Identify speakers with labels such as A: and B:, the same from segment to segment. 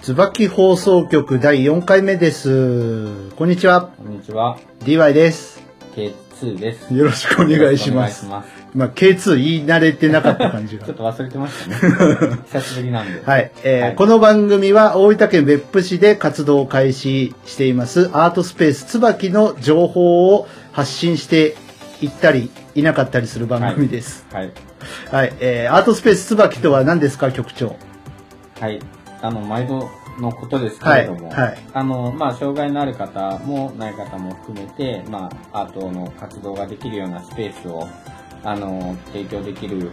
A: 椿放送局第4回目です。こんにちは。
B: こんにちは、
A: DY です。
B: K2 です。
A: よろしくお願いします。
B: よろしくお願いし
A: まあ、K2 言い慣れてなかった感じが
B: ま すちょっ。と忘れてましたね。久しぶりなんで。
A: はい、えー
B: はい
A: この番組は大分県別府市で活動を開始していますアートスペース椿の情報を発信していったりいなかったりする番組です。
B: はい。
A: はい、えーアートスペース椿とは何ですか局長。
B: はい。あの、毎度のことですけれども、
A: はいはい
B: あの、まあ、障害のある方もない方も含めて、まあ、アートの活動ができるようなスペースを、あの、提供できる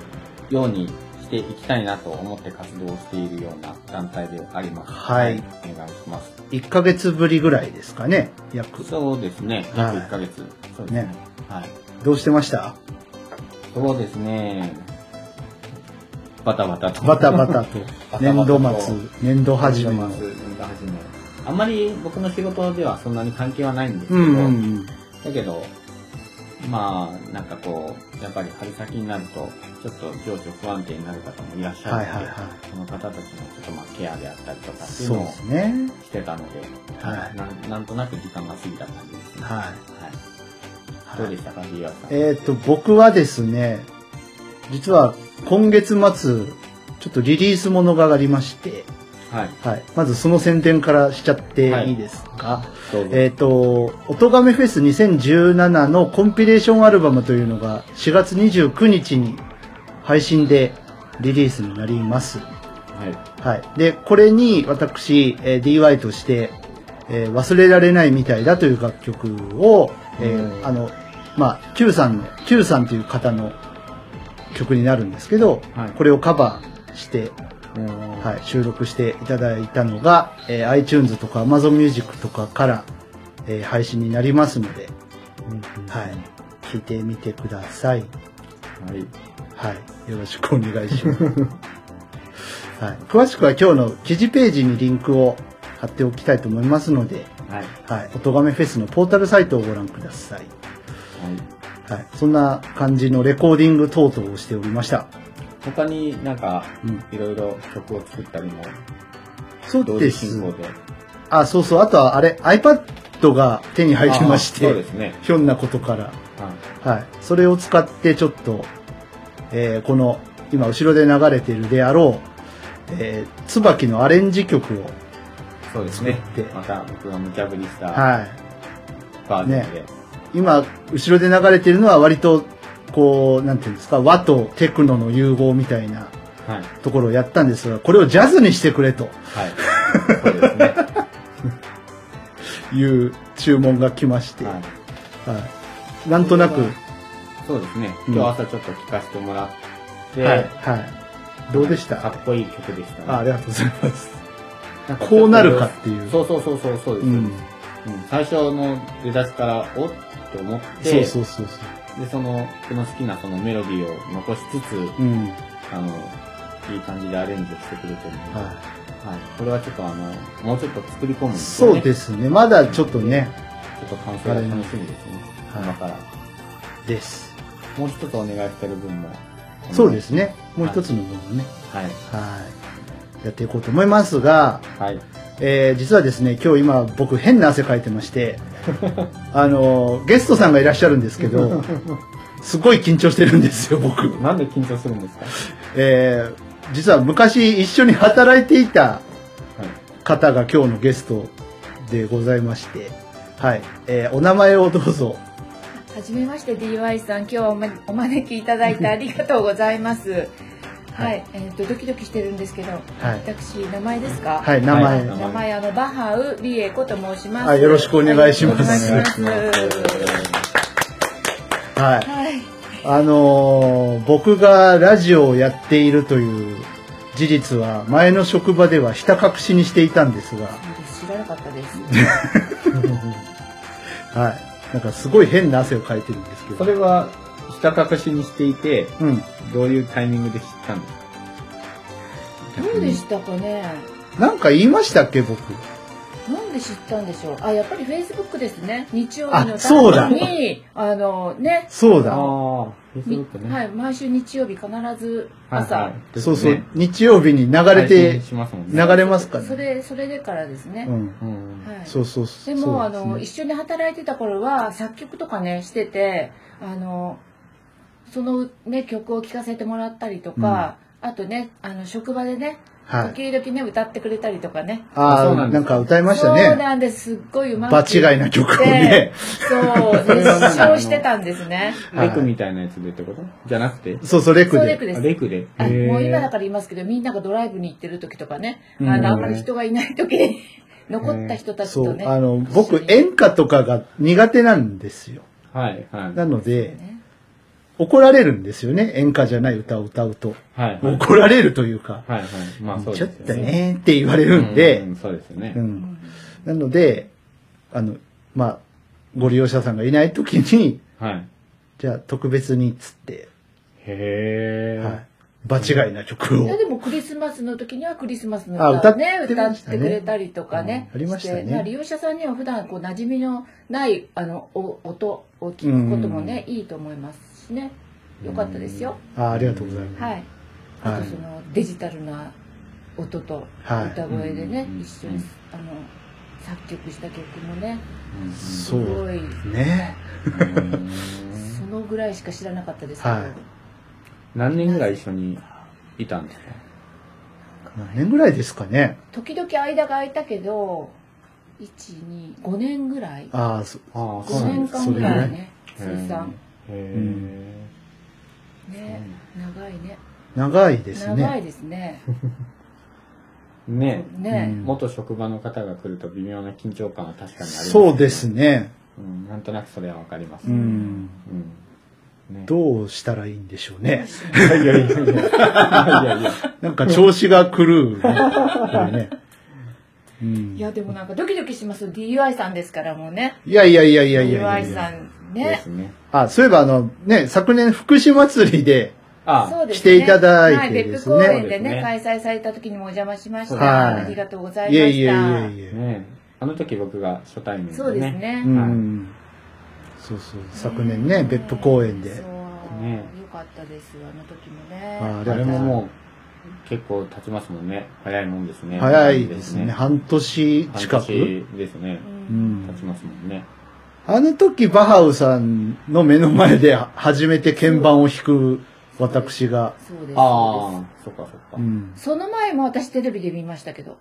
B: ようにしていきたいなと思って活動しているような団体であります。
A: はい
B: お願いします。
A: 1ヶ月ぶりぐらいですかね、約。
B: そうですね。
A: はい
B: 約1ヶ月。そうですね。
A: ね
B: はい。
A: どうしてました
B: そうですね。バタバタと。
A: バタバタと
B: バタバタと
A: 年度末、年度始めの
B: 年。度末年度始めあんまり僕の仕事ではそんなに関係はないんですけ
A: う
B: ど、
A: んうん
B: だけど、まあ、なんかこう、やっぱり春先になると、ちょっと情緒不安定になる方もいらっし
A: うん。
B: ゃ
A: はい
B: るので、
A: はいは
B: その方たちのちょっとまあケアであったりとか
A: い。
B: っていう
A: そう
B: のを
A: ですね。
B: してたので、
A: はい
B: なんなんとなく時間が過ぎた感じですね。
A: は
B: はい
A: い。
B: どうでしたか、リアさん。
A: えっ、と、僕はですね、実は今月末、ちょっとリリースものがありまして、
B: はい、
A: はい。まずその宣伝からしちゃって
B: はい
A: いいですか、
B: どうぞ。
A: えっ、と、おとがめフェス2017のコンピレーションアルバムというのが4月29日に配信でリリースになります。
B: はい。
A: はい。で、これに私、えー DY として、えー忘れられないみたいだという楽曲を、えー
B: うん
A: あの、まあ、Q さんの、Q さんという方の曲になるんですけど、
B: はい
A: これをカバーして、
B: は
A: はい、収録していただいたのが、えー iTunes とか Amazon Music とかから、えー配信になりますので、
B: は
A: はい。聴いてみてください。
B: い。はい。
A: はい。よろしくお願いします。 はい。詳しくは今日の記事ページにリンクを貼っておきたいと思いますので、
B: はい。
A: はい。おとがめフェスのポータルサイトをご覧ください。はい。そんな感じのレコーディング等々をしておりました。
B: 他になんか、
A: うん。
B: いろいろ曲を作ったりも、
A: そう
B: 同
A: で
B: 時進
A: す。
B: 行で。
A: あ、そうそう。あとはあれ、iPad が手に入りまし
B: あそうで
A: て、
B: すね。
A: ひょんなことから。
B: はい。
A: はい。それを使ってちょっと、えーこの、今後ろで流れてるであろう、えー、椿のアレンジ曲を、
B: そうですね
A: 作って。
B: また僕が無茶ぶりした
A: はい。
B: バージョンで。
A: 今後ろで流れてるのは割とこうなんていうんですか和とテクノの融合みたいな
B: はい。
A: ところをやったんですがこれをジャズにしてくれと
B: はい。そうですね。
A: いう注文が来まして、は
B: はいい。
A: なんとなく
B: そうですね。
A: うん
B: 今日朝ちょっと聴かせてもらって、
A: はい、はい、どうでし
B: か
A: た
B: っこいい曲でしたね。
A: あありがとうござい ます
B: なんか
A: こうなるかっていう
B: そうそうそうそう、そうです。
A: う
B: うん
A: ん、
B: 最初の出だしから、おっって思って、
A: そうそうそうそ
B: で、その、僕の好きなそのメロディーを残しつつ、
A: ううん、はい、
B: あの、いい感じでアレンジしてくれてるので、はい。これはちょっとあの、もうちょっと作り込むんですよ
A: そ
B: ね。
A: うですねまだちょっとね
B: ちょっと完成が楽しみですね。
A: はい
B: 今から。
A: です
B: もう一つお願いしてる分も。
A: そうですねもう一つの部分をね
B: はい。
A: はいやっていこうと思いますが
B: はい。
A: えー実はですね今日今僕変な汗かいてましてあのーゲストさんがいらっしゃるんですけどすごい緊張してるんですよ僕、
B: なんで緊張するんですか
A: えー実は昔一緒に働いていた
B: はい。
A: 方が今日のゲストでございましてはい、えーお名前をどうぞ
C: はじめまして DY さん、今日はお,、ま、お招きい ただいてありがとうございます。はい、えっ、とドキドキしてるんですけど、
A: はい、
C: 私名前ですか？
A: はい、名前、
B: は
A: はいい
C: 名前あのバハウリエコと申します。
A: あよろしくお願いします
C: はいよろしくお
B: お願
C: 願い
B: い
C: し
B: し
C: ま
B: ますす。
C: はい。
A: あのー僕がラジオをやっているという事実は前の職場ではひた隠しにしていたんですが
C: 私知らなかったです。
A: はい。なんかすごい変な汗をかいてるんですけ
B: そ
A: ど。
B: れは、ひた隠しにしていて、
A: うん。
B: どういうタイミングで知ったんですか
C: どうでしたかね。
A: なんか言いましたっけ、僕。
C: なんで知ったんでしょうあやっぱりフェイスブックですね日曜日の
A: あそう
C: た
A: だ
C: めにあのね
A: そう
B: ああ
A: だ。
B: ー、フェイスブックね。。
C: はいい、毎週日曜日必ず朝、
B: はい
A: そうそう。日曜日に流れて
B: 配信、しますもんね。
A: 流れますから
C: そ
A: ね。
C: れそれでからですね、
A: うん。
B: うん。
C: はい、
A: そうそうそ
C: で
A: う。
C: もあ
A: そう
C: の
A: ですね
C: 一緒に働いてた頃は作曲とかねしててあのその、ね、曲を聴かせてもらったりとか、あとねあの職場でね
A: はい。
C: 時々ね歌ってくれたりとかね
A: あ
B: そ
A: あ、
B: うな
A: なんん
B: です
A: か歌いました
C: そう
A: ね。
C: なんですすっごいうまく
A: 場違いな曲をね。
C: そう熱唱してたんですね
A: はい
B: レクみたいなやつでってことじゃなくて
A: そうそう、レク
C: そうレク
A: で。
C: です
B: あレクで。
C: あ
B: へー
C: もう今だから言いますけどみんながドライブに行ってる時とかねあ
B: うん
C: のあんまり人がいない 時に残った人たち
A: そ
C: と
A: う
C: ね。、
A: あの、僕、
C: 一緒に
A: 演歌とかが苦手なんですよ。
B: はい、はい。
A: なので、
C: ね
A: 怒られるんですよね。演歌じゃない歌を歌うと。
B: はい、はい。
A: 怒られるというか、
B: はい、はい。まあそう
A: ちょ
B: で
A: っ
B: すよね。
A: とねって言われるんで、
B: ううそうですよね
A: う。。
C: うんん
A: なので、あの、まあ、ご利用者さんがいないときに、
B: はい。
A: じゃあ特別にっつって、
B: へえ。
A: はい。場違いな曲
C: いや
A: を。
C: でもクリスマスの時にはクリスマスの
A: あ
C: 歌をね
A: 歌って
C: 歌
A: ま
C: っ
A: した
C: て
A: ね
C: くれたりとかね、
A: うんありましたね
C: してな利用者さんには普段こう馴染みのないあのお音を聞くこともね、いいと思いますしねよかったですよ、
A: あありがとうございます。
C: はいあ
A: はい
C: とそのデジタルな音と
A: はい。
C: 歌声でね、
B: うんうん
C: 一緒に、
B: うん
C: あの作曲した曲もね
B: うん
C: す
A: そう
C: ごい
A: ね。
B: うん
C: そのぐらいしか知らなかったですけど、
A: はい
B: 何年ぐらい一緒にいたんですか
A: 何年ぐらいですかね。
C: 時々間が空いたけど125年ぐらい
A: ああ、そ
B: ああ、
C: 5年間ぐらいね
B: そ
C: 通
B: れぐらい
C: 算
B: へ
A: ん
B: え。
C: ね長いね
A: 長いです
C: 長
A: ね。
C: いです ね
B: ね
A: う
C: ね
A: ん
B: 元職場の方が来ると微妙な緊張感は確かにありますね
A: そうですね。
B: うん、なんとなくそれはわかります
A: う
B: ね。
A: ん。
B: うん。ね
A: どうしたらいいんでしょうね。
B: いやいやいや いや。いやいや
A: なんか調子が狂うね。これねうん
C: いやでもなんかドキドキします DUI さんですからもうね
A: いやいやいやいやいや
C: DUI
A: い
C: さ
A: や。
C: ん
B: で
C: ね
B: すね。
A: あ、そういえばあの、ね、昨年福島祭りで、
B: あ
C: そうですね
A: していただいて
C: はい、
A: です
C: 別府
A: ね
C: 公園で
B: そ
C: ね
B: うです
C: 開催された時にもお邪魔しました、
A: はい
C: ありがとうご
A: い
C: ざいました
A: やいやいや
B: あ、
A: いや。
B: ねあの時僕が初対面でね。
C: そうですね、
A: う
C: ね
A: ん。そうそう。昨年ね、別府公園で
C: そう。
B: ね
C: よかったですあの時もね
A: ああ
B: あ
A: り
B: れ
A: がとうござ
B: も
A: います
B: もう結構経ちますもんね。早いもんですね。
A: 早いですね。半年
B: 半
A: 近く。
B: 年ですね。
A: う
B: 経ち
A: ん。
B: ますもんね。
A: あの時、バハウさんの目の前で初めて鍵盤を弾く私が。
C: そうですそう
B: あ
C: で
B: あ、そっかそっか
A: う。ん
C: すその前も私テレビで見ましたけど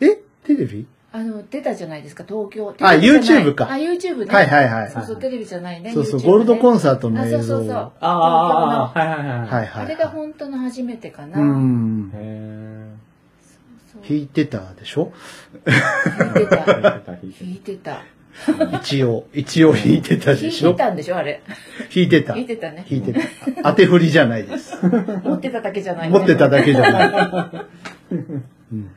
A: えテレビ
C: あの出たじゃないですか東京
A: あ
C: テレビじゃない
A: YouTube か
C: あ YouTube ね
A: はいはいは
C: そうそうテレビじゃないね
A: い。そうそう、
C: YouTube ね
A: ゴールドコンサートの映
C: あそ
A: 像
C: うそうそう
A: は
B: ああ、ああ、はいはい
A: い
B: はい。
A: はい。
C: あれが本当の初めてかな、
A: うん。
B: へえ。
C: そう
A: 弾いてたでしょ
C: 聞いてた聞いてた
A: 一応、一応弾いてた
C: 聞
A: で
C: い
A: しょ
C: てたんでしょあれ
A: 弾いてた。
C: 聞い
A: 弾
C: て たね
A: いてた。当て振りじゃないです。
C: 持ってただけじゃない、ね、
A: 持ってただけじゃない。うん、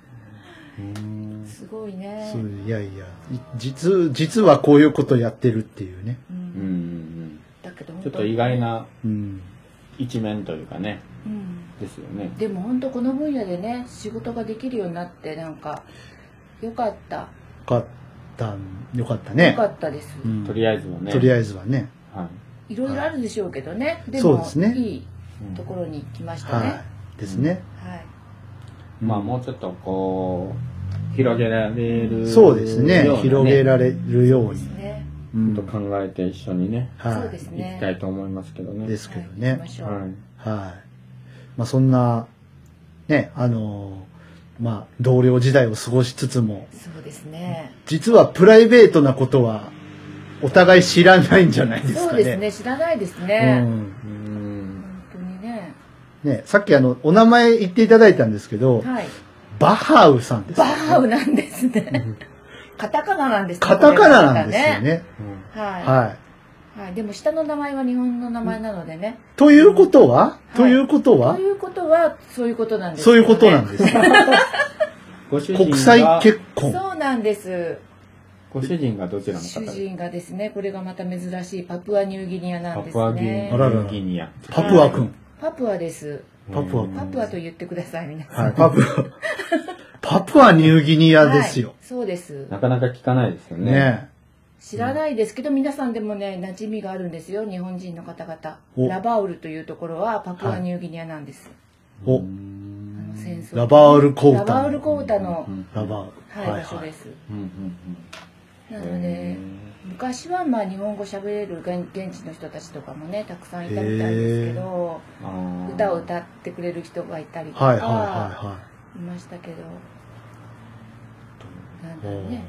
C: すごいね
A: そういやいやい実実はこういうことやってるっていうね、
C: う
B: うんうん
C: ん、
B: うん。
C: だけど本
B: ちょ
C: 当
B: っと意外な
A: うん、
B: 一面というかね、
C: うん
B: ですよね。
C: でも本当この分野でね仕事ができるようになってなんかよかった
A: よかったよかった
C: よ
A: ね
C: かったです、
A: うん
B: とりあえずはね。
A: とり
B: え
A: あえずはね
B: ず。はい
C: ろいろあるでしょうけどね、で
A: そう
C: も
A: ですね
C: いい
B: い。
C: ところに来ましたね
A: は、いですね、
C: はい
B: まあもうちょっとこう広げられる
A: そうですね
B: ような
A: 広げられるよう
C: で
A: に
C: す、ね
A: うん
B: ちょっと考えて一緒にね
A: はい
C: そうです
B: 行
C: ね
B: きたいと思いますけどね
A: ですけど
C: は
A: ね
C: い行きましょう
B: はい
A: はいまあそんなねあのーまあ同僚時代を過ごしつつも
C: そうですね
A: 実はプライベートなことはお互い知らないんじゃないですかね
C: そうですね知らないです
A: う
C: ね、
A: ん
B: うーん
C: 本当にね
A: ね、さっきあの、お名前言っていただいたんですけど、
C: はい
A: バハウさんです
C: バ。ハウなんですねカタカナなんですね
A: カタカナなんですよ
C: これ
A: ね。
B: うん
C: またはい、は
A: はい
C: でも下の名前は日本の名前なのでね、
A: い。ということは、
C: い
A: ということは
C: と、いうことはそういうことなんです
A: そういうことなん
C: で
A: です。
B: ご主人が
A: 国際結婚。
C: そうなんです
B: ご主人がどちらの方で
C: 主
B: すか
C: 人がですねこれがまた珍しいパプアニューギニアな
B: パ
C: んです
B: プアギ
C: ね
A: あらら
B: ニア
A: パプア君。
C: パプアです
A: パプア
B: うん
C: パプアと言ってください皆さん
A: はい、パプア。パプアニューギニアですよ
C: はい。そそうです
B: なかなか聞かないですよね。
A: ね
C: 知らないですけど、皆さんでもね馴染みがあるんですよ日本人の方々
A: お
C: ラバウルというところはパプアニューギニアなんです、
A: お
B: うー
C: あ
B: ん
C: の戦争
A: ラバウルコウタ
C: ラバウルコウタの
B: う、ん
A: ラバー。
C: はい、場所で。す
B: うんうん
C: な
B: うん
C: ので
B: へ
C: 昔はまあ日本語喋れる現現地の人たちとかもねたくさんいたみたいですけど
B: ーあー
C: 歌を歌ってくれる人がいたりとか、
A: はいはい
C: い
A: はい
C: ましたけど
A: はい
C: なんだろう
A: おー。
C: ね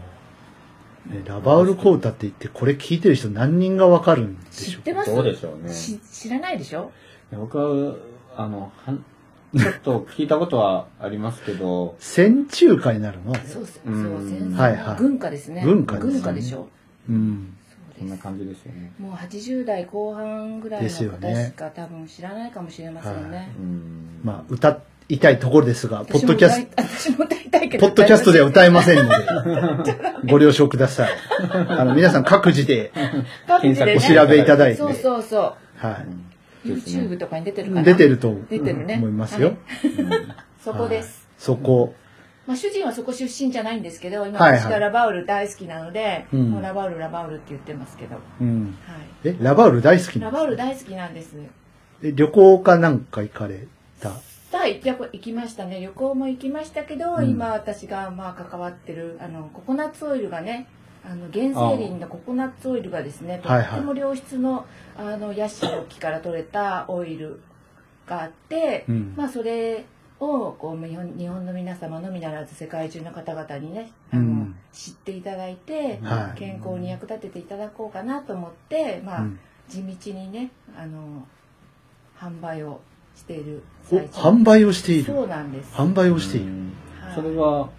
A: ねラバウルコウタって言って、これ聞いてる人何人がわかるんで
C: 知
A: し
C: っ
A: ょう、
C: てます
B: どうでしょうね。
C: し知らないでしょ
B: 僕は、あの、はんちょっと聞いたことはありますけど
A: 戦中華になるの
C: そうそう
B: うん
C: 戦争、
A: はいはい
C: 軍歌ですね
A: 軍歌ですね
C: 軍歌でしょ
A: うん。
C: そ
B: そ
C: うんで
B: な
C: す
B: 感じですよね。
C: もう80代後半ぐらいの
A: ですよ
C: 方
A: ね
C: しか多分知らないかもしれませんね
A: はいう
B: ーん
A: まあ、歌いたいところですが、ポ
C: 私
A: ッ
C: も
A: ドキャ
C: 歌
A: ス
C: い私も歌いたいけ
A: ト、
C: ど
A: ポッドキャストでは歌
C: え
A: えませんので、 ご了承ください。あの、皆さん各自で、
C: 検索
A: お調べいただいて
C: そうそうそ
A: は
B: う
A: い。
B: ん
C: う YouTube とかに出てるかな
A: 出てると
C: 出てるね
A: 思いますよ。
C: そこです、
A: そこ。
C: まあ、主人はそこ出身じゃないんですけど今
A: はいはい
C: 私がラバウル大好きなので、
A: うん
C: もうラバウルラバウルって言ってますけど、は
A: うん。え、ラバウル大好き
C: い、
A: な
C: ラ
A: んです
C: バウ
A: か
C: ル大好きなんです
A: え旅行かなんか行かれた。
C: はい、じゃあ行きましたね旅行も行きましたけど、
A: うん
C: 今私がまあ関わってるあのココナッツオイルがねあの原生林のココナッツオイルがですねと
A: はい
C: っ
A: はい
C: ても良質のあのヤシの木から取れたオイルがあって、
A: うん
C: まあ、それをこう日本日本の皆様のみならず世界中の方々にねあの、
A: うん
C: 知っていただいて、
A: はい
C: 健康に役立てていただこうかなと思って、まあ
A: うん
C: 地道にねあの販売をしている
A: お
C: 最中
A: 販売をしている。
C: そうなんです。
A: 販売をしている。
B: うん
C: はい
B: それは、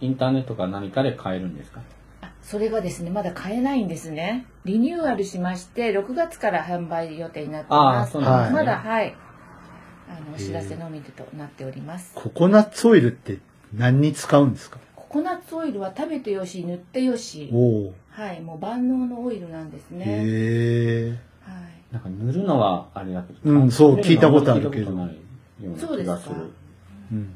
B: インターネットか何かで買えるんですか
C: あそれがですね、まだ買えないんですね。リニューアルしまして、6月から販売予定になってい
B: ああ、
C: ます。
B: そうなんですね。
C: まだ、はい。あの、お知らせのみでとなっております。
A: ココナッツオイルって何に使うんですか
C: ココナッツオイルは食べてよし、塗ってよし
A: お。お。
C: はい、もう万能のオイルなんですね。
A: へえ。
C: はい。
B: なんか塗るのはあれだけど。
A: うんそう
B: 食べるのはあんま
A: 聞いた
B: り
A: ことある
B: 聞いたことないような気がする。
C: そうです
A: うん。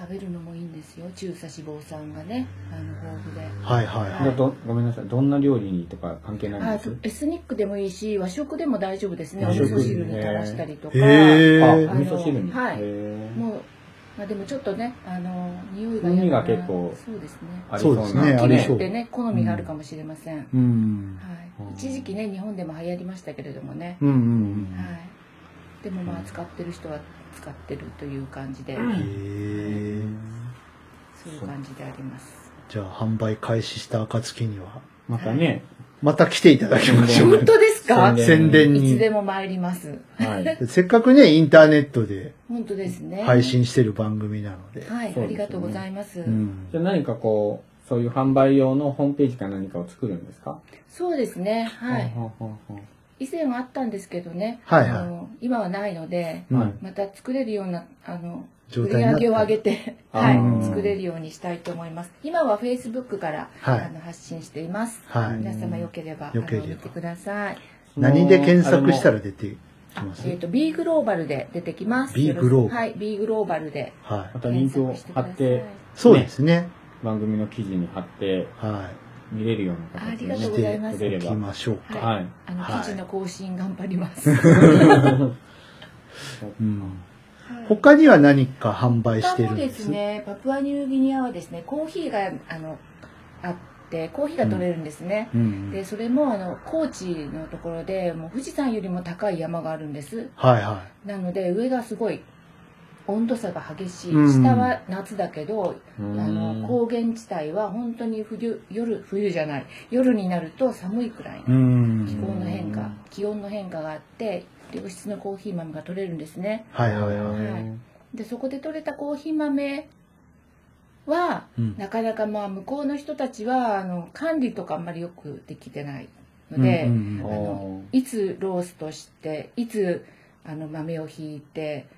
C: 食べるのもいいんですよ。中鎖脂肪酸がね、あの、豊富で。
A: はいはい
B: うん
A: は
B: だどごめんなさい、どんな料理にとか関係ないん
C: あ
B: です
C: エスニックでもいいし、和食でも大丈夫ですね。お
B: 和
C: 味
B: 食
C: 噌汁に垂らしたりとか。
A: い。へ
B: あ、お
A: え。
B: 味噌汁に。
C: あのはい
B: へー
C: もう、まあ、でもちょっとね、あの、匂いが
B: 風味が
C: 嫌だ
B: 結構
C: そうですね。
B: ありそう
A: そう
B: な。
A: ですねあり
C: 切
A: そう
C: るってね、好みがあるかもしれません。
A: うん。
C: はい
B: うん。
C: 一時期ね、日本でも流行りましたけれどもね。
A: うんうん
C: はい。でも、まあ、使ってる人は使ってるという感じで、
A: うん。へえ。
C: そういう感じであります。
A: じゃあ販売開始した暁には、
B: またね、
A: また来ていただきましょう
C: 本。当ですか
A: 宣
B: 宣。伝
A: 伝
C: いつ
A: に
C: で。も参ります。
B: はい。
A: せっかくね、インターネットで
C: 本当ですね。
A: 配。信してる番組なので。
C: はい、
B: そうですね
C: ありがとうございます。
A: うん
B: じゃあ何かこう、そういう販売用のホームページか何かを作るんですか
C: そうですね。はい。
B: ほんほんほんほん
C: 以前はあったんですけどね。
A: はいはい
C: あの今はないので、
A: うん
B: はい
C: また作れるような、あの、
A: 状
C: 売
A: 態にな
C: り
A: っ
C: 上
A: た
C: げを上げて、
B: あ
C: は
B: ー
C: い、作れるようにしたいと思います。今は Facebook から、
A: はい
C: あの発信しています。
A: はい
C: 皆様よければ、あ
A: よ
C: の
A: ければ
C: 見てください。
A: 何で検索した
B: ら
A: ら出てきます
C: えっ、と、B グローバルで出てきます。
A: B グローバル
C: はい、B グローバルで。
A: はい
B: ま。たリンクを貼っ
C: 検索してくだ
B: て
C: さい、
A: そうですね。
B: 番組の記事に貼って
A: は
B: 見れるような形
C: ありが
A: い。
C: とう
A: し
C: ござ
A: て
C: います
A: おきましょうか。
B: はい。
C: あの、
A: はい
C: 記事の更新頑張 ります。
A: うん
C: はい
A: 他には何か販売してる
C: も
A: ん
C: で
A: ですす
C: ね、パプアニューギニアはですね、コーヒーが、あの、あって、コーヒーが取れるんですね。
A: うんうん
C: でそれもあの高知のところでもう富士山よりも高い山があるんです
A: はいは
C: なので上がすごい温度差が激しい
A: うん
C: 下は夏だけど、
B: う
C: あの
B: ん
C: 高原地帯は本当に冬夜冬じゃない夜になると寒いくらい
A: い。う
C: の気
A: ん。
C: 候の変
B: う
C: 化
B: ん
C: 気温の変化があって良質のコーヒー豆が取れるんですね
A: はいはいはい。
C: はいでそこで取れたコーヒー豆は
A: うん
C: なかなかまあ向こうの人たちはあの管理とかあんまりよくできてないので、
A: うんうん
B: あ
A: うん
B: ー
C: いつローストしていつあの豆をひいて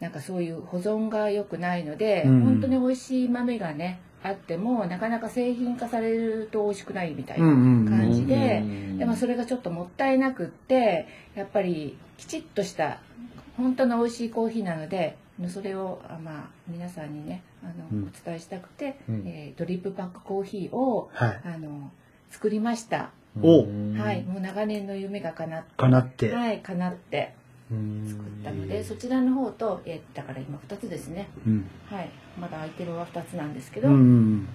C: なんかそういう保存が良くないので、
A: うん
C: 本当に美味しい豆がねあってもなかなか製品化されると美味しくないみたいな、
A: うんうんう
C: 感
A: ん
C: じで
B: うん
C: でもそれがちょっともったいなくってやっぱりきちっとした本当の美味しいコーヒーなのでそれをあまあ皆さんにねあの、
A: うん
C: お伝えしたくて、
B: うん
C: えードリップパックコーヒーを
A: はい。
C: あの作りました、
A: お
B: うん
C: はい。もう長年の夢が叶っ
A: かなってて。
C: はい叶って作ったので、そちらの方と、えーだから今2つですね
A: うん。
C: はいまだ空いてるは2つなんですけ
A: う
C: ど、は
A: ん。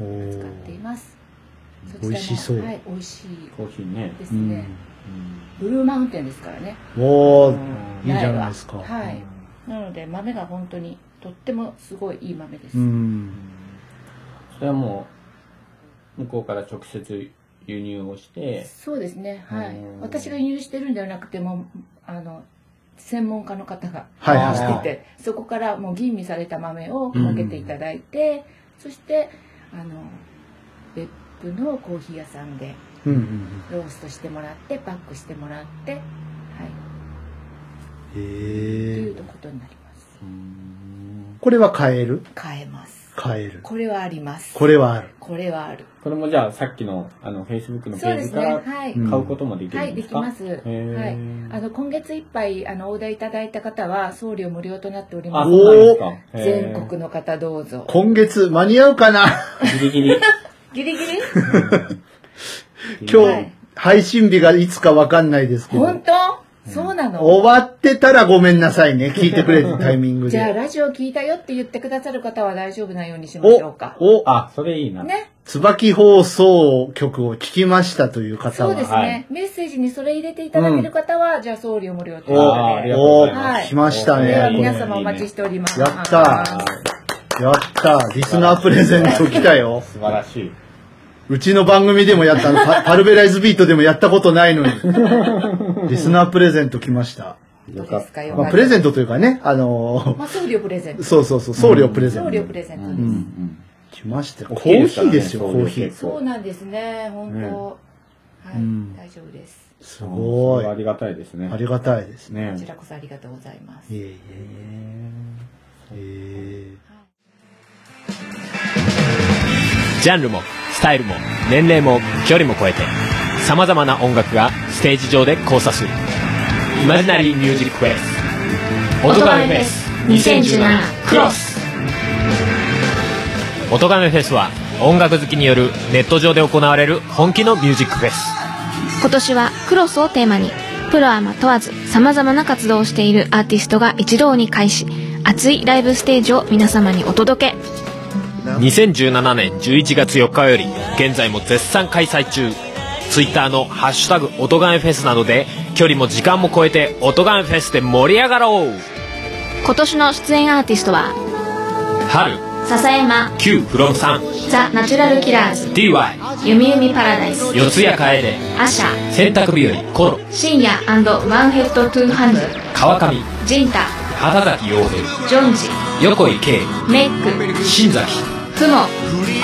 A: お
C: い、
A: ー
C: 使っていますそちらも
A: 美味しそう
C: はい美味しい
B: コーヒーね。
C: です
A: う
C: ね
A: ん、。
C: ブルーマウンテンですからね
A: お
B: う
A: ー
B: ん
A: いいじゃないですか。
C: は
B: う
C: い
B: ん
C: なので豆が本当にとってもすごいいい豆です、
A: うん。
B: それはもう、向こうから直接輸入をして、
C: そうですねはい
B: うん
C: 私が輸入してるんではなくてもうあの専門家の方が
A: はい
B: あ
A: は
B: ー
A: い
C: して
A: はい。
C: てそこからもう吟味された豆をかけていただいて、そしてあの別府のコーヒー屋さんで
A: うんうん
C: ローストしてもらってパックしてもらってはい
A: うん。へ
C: という
A: え。
C: ことになります
B: うん
A: これは買える
C: 買えます
A: 買える。
C: これはあります
A: これはある。
C: これはある
B: これもじゃあさっきの、あの、Facebook のペ
C: そう
B: ー
C: で
B: ジ
C: す
B: か
C: ね
B: ら
C: はい、
A: うん
B: 買うこともでき
C: は
B: る
C: い
B: んで
C: ですき
B: か、
C: ますはいあの今月いっぱいあのお出いただいた方は送料無料となっておりま
B: あ、
C: す
B: そ
A: お
C: の
B: う
C: で
B: なん
A: ー
B: ですか。へー
C: 全国の方どうぞ
A: 今月間に合うかな
B: ギリギリ。
C: ギリ ギリは
A: 今日
C: い、
A: 配信日がいつかわかんないですけ
C: 本
A: ど。
C: 当、そうなの
A: 終わってたらごめんなさいね。聞いてくれるタイミング
C: じゃあ
A: で。
C: ラジオ聞いたよって言ってくださる方は大丈夫なようにしましょうか
A: お、
B: あ、それいいな。
C: ね
A: 椿放送局を聞きましたという方
C: そう
A: は
C: ですね、
B: はい
C: メッセージにそれ入れていただける方は、じゃあ送料無料という
B: おああ
C: こと
B: り
C: で
B: がとうござい
C: は
B: ま
C: い
B: す。
A: 来ましたね
C: では
A: これ
C: 皆様お待ちしております
A: やった
C: はい
A: やったリスナープレゼント来たよ。
B: 素晴らしい。
A: うちの番組でもやったの、パパルベライズビートでもやったことないのに。リスナープレゼント来ました。
C: どうですかよ
A: まあ、プレゼントというかね、あの
C: まあ、送料プレゼン
A: ー、
C: ト
A: そうそうそう、送料プレゼント。
C: 送料プレゼントです、
A: うん来ましたよ
B: 大
A: コ
B: きいで
A: ーヒ
B: すか
A: ー
B: らね
A: ですよ、コ
B: 送料
A: ーヒー。
B: 結構
C: そうなんですね本当、
B: うん
C: はい、
A: うん
C: 大丈夫です
A: すごい
B: あ。りがたいですね。
A: ありがたいですね。
B: ね
C: こちらこそありがとうございます
A: いえいえ。ええ。
D: ジャンルもスタイルも年齢も距離も超えて様々な音楽がステージ上で交差するイマジナリーミュージックフェス音ガメフェス2017クロス音ガメフェスは音楽好きによるネット上で行われる本気のミュージックフェス
E: 今年はクロスをテーマにプロアマ問わず様々な活動をしているアーティストが一堂に会し熱いライブステージを皆様にお届け
D: 2017年11月4日より現在も絶賛開催中 Twitter の「ハッシュタグ音ガメフェス」などで距離も時間も超えて音ガメフェスで盛り上がろう
E: 今年の出演アーティストは
D: 春
E: 笹山
D: Q フロムさん
E: ザ・ナチュラルキラーズ
D: DY
E: ゆみゆみパラダイス
D: 四谷楓
E: アシャ
D: 洗濯日和コロ
E: 深夜ワンヘッドトゥーハンズ
D: 川上
E: ジンタ
D: 畑崎陽平
E: ジョンジ
D: 横井圭
E: メイク
D: 新崎
E: クモ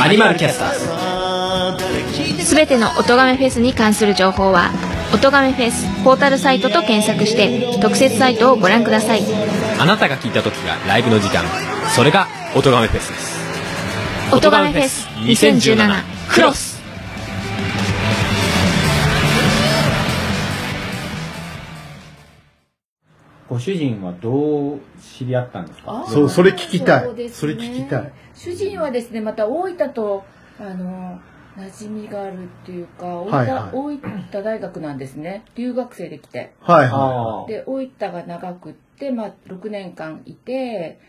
D: アニマルキャスターズ
E: すべての音がめフェスに関する情報は「音がめフェス」ポータルサイトと検索して特設サイトをご覧ください
D: あなたが聞いた時がライブの時間それが音ガメフェスです
E: 音ガメフェス2017クロス
B: ご主人はどう知り合ったんですか
A: そうそれ聞きたいう
C: です
A: それ聞きたい
C: 主人はですねまた大分とあの馴染みがあるっていうか大分,、
A: はいはい
C: 大分大学なんですね留学生で来て
A: はいは
B: ああ。
C: で大分が長くって、まあ、6年間いて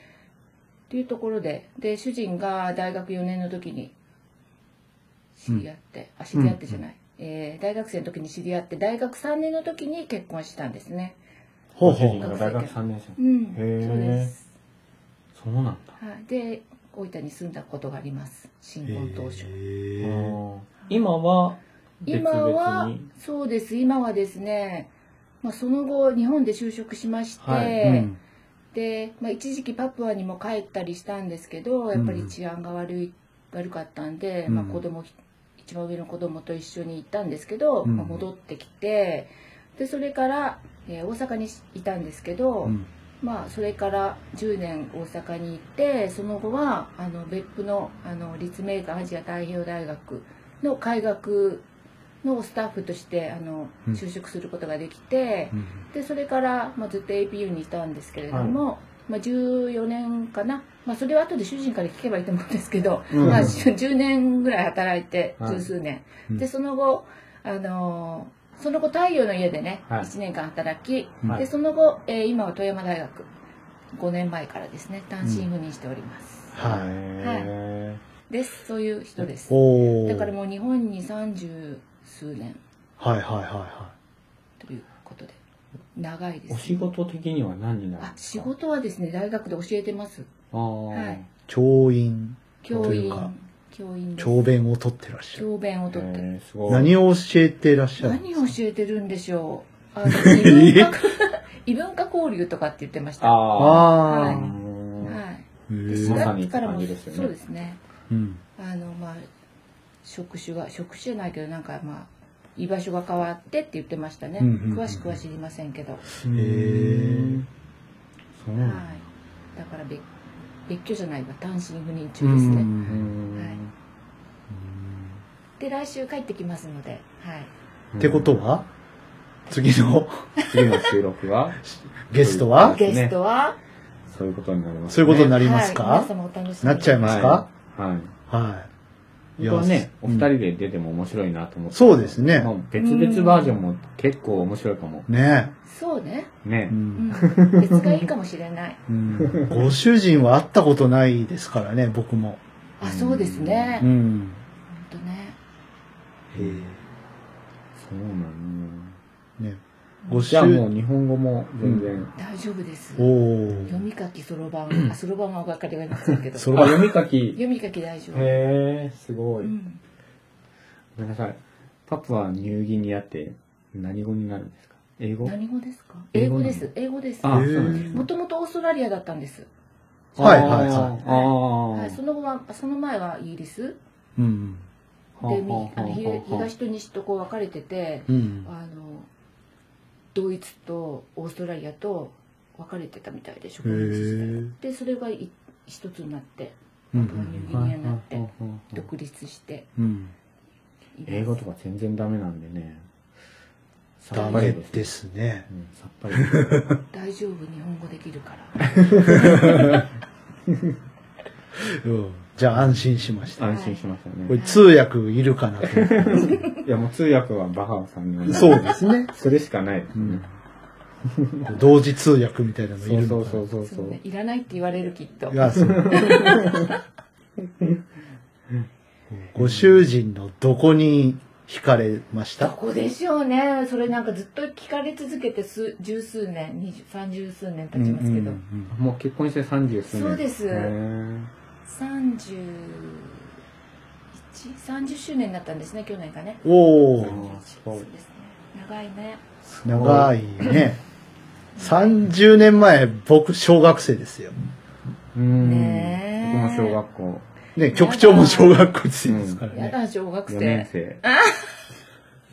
C: っていうところでで主人が大学4年の時に知り合って、あ知り合ってじゃない、えー大学生の時に知り合って大学3年の時に結婚したんですね
A: い。ほう
B: ご
A: ほ
B: 主人
A: う。
B: が大学3年
C: う
B: 生。
C: ん
B: へー
C: そうです
B: そうなんだ。
C: はい、で大分に住んだことがあります新
A: へ
C: 婚当初、
A: え。
B: うん今は、別
C: 今
B: 々
C: は
B: に。
C: そうです今はですね、まあ、その後日本で就職しまして、
B: はい
A: うん。
C: で、まあ、一時期パプアにも帰ったりしたんですけどやっぱり治安が悪い、悪かったんで、まあ、
A: うん
C: 子供一番上の子供と一緒に行ったんですけど、
A: うん
C: まあ戻ってきてでそれから、えー大阪にいたんですけど、
A: うん
C: まあ、それから10年大阪に行ってその後はあの別府のあの立命館アジア太平洋大学の開学のスタッフとしてあの
A: うん
C: 就職することができて、
A: うん
C: でそれから、まあ、ずっと APU にいたんですけれども、まあ、14年かな、まあ、それは後で主人から聞けばいいと思うんですけど、
A: うん
C: まあ、10年ぐらい働いて
B: はい
C: 十数年、
A: うん
C: でその後、あのーその後太陽の家でね、
B: はい
C: 1年間働き、
B: はい
C: でその後、えー今は富山大学5年前からですね単身赴任しております、
A: はい。
B: へ
C: ですそういう人です
A: おお。
C: だからもう日本に30数年
A: はいはいはいは
C: ということで長いで
B: ーお
C: す
B: 仕事的には何になるん
C: あ
B: です
C: 仕
B: か
C: 事はですね大学で教えてます
B: あー
C: はい
A: い。教員、
C: 教
A: とい
C: 員
A: うか
C: 教員です
A: 教鞭を取ってらっしゃる。
C: 教鞭を
B: へ
C: 取ってる
B: ーすごい
A: 何を教えてらっしゃるんで
C: 何
A: す
C: を
A: か
C: 教えてるんでしょ うあの異文化 異文化交流とかって言ってましたは
B: あ
A: あ
B: あ
A: あ
C: は。い
B: ー
A: へ
C: で
A: ー
C: 4
B: まさに
C: 月からも
B: って感じですよね
C: そうですね
A: うん。
C: あのまあ職種が職種じゃないけどなんかまあ居場所が変わってって言ってましたね、
A: うんうんうんうん
C: 詳しくは知りませんけど、
A: へえ。
B: そう
C: は
B: なんだ
C: いだから別別居じゃないわ単身赴任
A: う
C: 中ですね、
B: うー
A: ん。
B: ん
C: で来週帰ってきますのではい
A: ってことは次 の
B: 次の収録は
A: ゲスト
B: そう
A: は
B: です
C: ゲ
B: ね
C: ストは、
B: そういうことになります
A: そう
B: ね
A: いうことになります
C: はい、皆
A: か
C: 様お楽しみに
A: なっちゃいますか
B: はいはい
A: はい。
B: 本当はね、お二
A: うん
B: 人で出ても面白いなと思って。
A: そうですね
B: もう別々バージョンも結構面白いかも。
A: ね
C: そうね、
A: え。
B: ね
A: う。
C: うんん、 別がいいかもしれない
A: うんご主人は会ったことないですからね、僕も。
C: あそうですね、
A: う
C: ほん
A: ん。
C: とね
A: へえ
B: そうなの。
A: ね。ご主
B: じゃあもう日本語も全然。
C: 大丈夫です
A: おお。
C: 読み書きそろばんあそろばんはお分かりがいませんけど
A: そろば
B: あ、
A: ん
B: 読み書き。
C: 読み書き大丈夫、
B: へえ、すご
C: う
B: い。
C: ん、
B: ごめんなさい。パプはニューギニアって何語になるんですか英語
C: 何語ですか
B: 英
C: 英
B: 語
C: 語
B: なの
C: です英語です
B: あ、
A: へ
B: そ
A: え
B: うなんですね
C: もともとオーストラリアだったんです、
A: はいはいはい
C: は、
B: はい
C: その後はその前はイギリス
A: うん。
C: でみあのひ東と西とこう分かれてて
A: うん。
C: あのドイツとオーストラリアと分かれてたみたいで植
A: へ
C: 民地時代
A: え。
C: でそれがい一つになって
A: う
C: パプアニュー
A: ん。
C: ギニアになって
B: はいはいはいはい
C: 独立して
A: うん。
C: います
B: 英語とか全然ダメなんでね。さ
A: ダ
B: っぱり
A: メ
B: です。
A: ですね
B: う。ん、さっぱりです。
C: 大丈夫日本語できるから
A: うん。じゃあ安心しました。
B: 安心しました
A: これ
B: ね。
A: 通訳いるかなと思って
B: いや、もう通訳はバハオさんにお願い
A: そうですね。
B: それしかないです
A: う
B: ね
A: ん。同時通訳みたいなのい
B: そう
A: る
B: そ
A: の
B: う
A: か
B: そ
A: な
B: うそう
C: そ、
B: そう
C: ね、いらないって言われるきっと
A: いやそう。ご主人のどこに惹かれまし
C: ど
A: た
C: こでしょうねそれなんかずっと聞かれ続けて数十数年二十三十数年経ちますけど、
A: うん
B: もう結婚して三十数年。
C: そうです
B: へー
C: 三十一三十周年になったんですね去年がね
A: おお
B: あーすごい
C: そうですね長いね
A: 長いね30年前僕小学生ですよ、
B: うん。
C: ねえ
B: 僕も小学校
A: ね、局長も小学校生ですから
C: や
A: ね、
C: だ小学
B: 四年
C: 生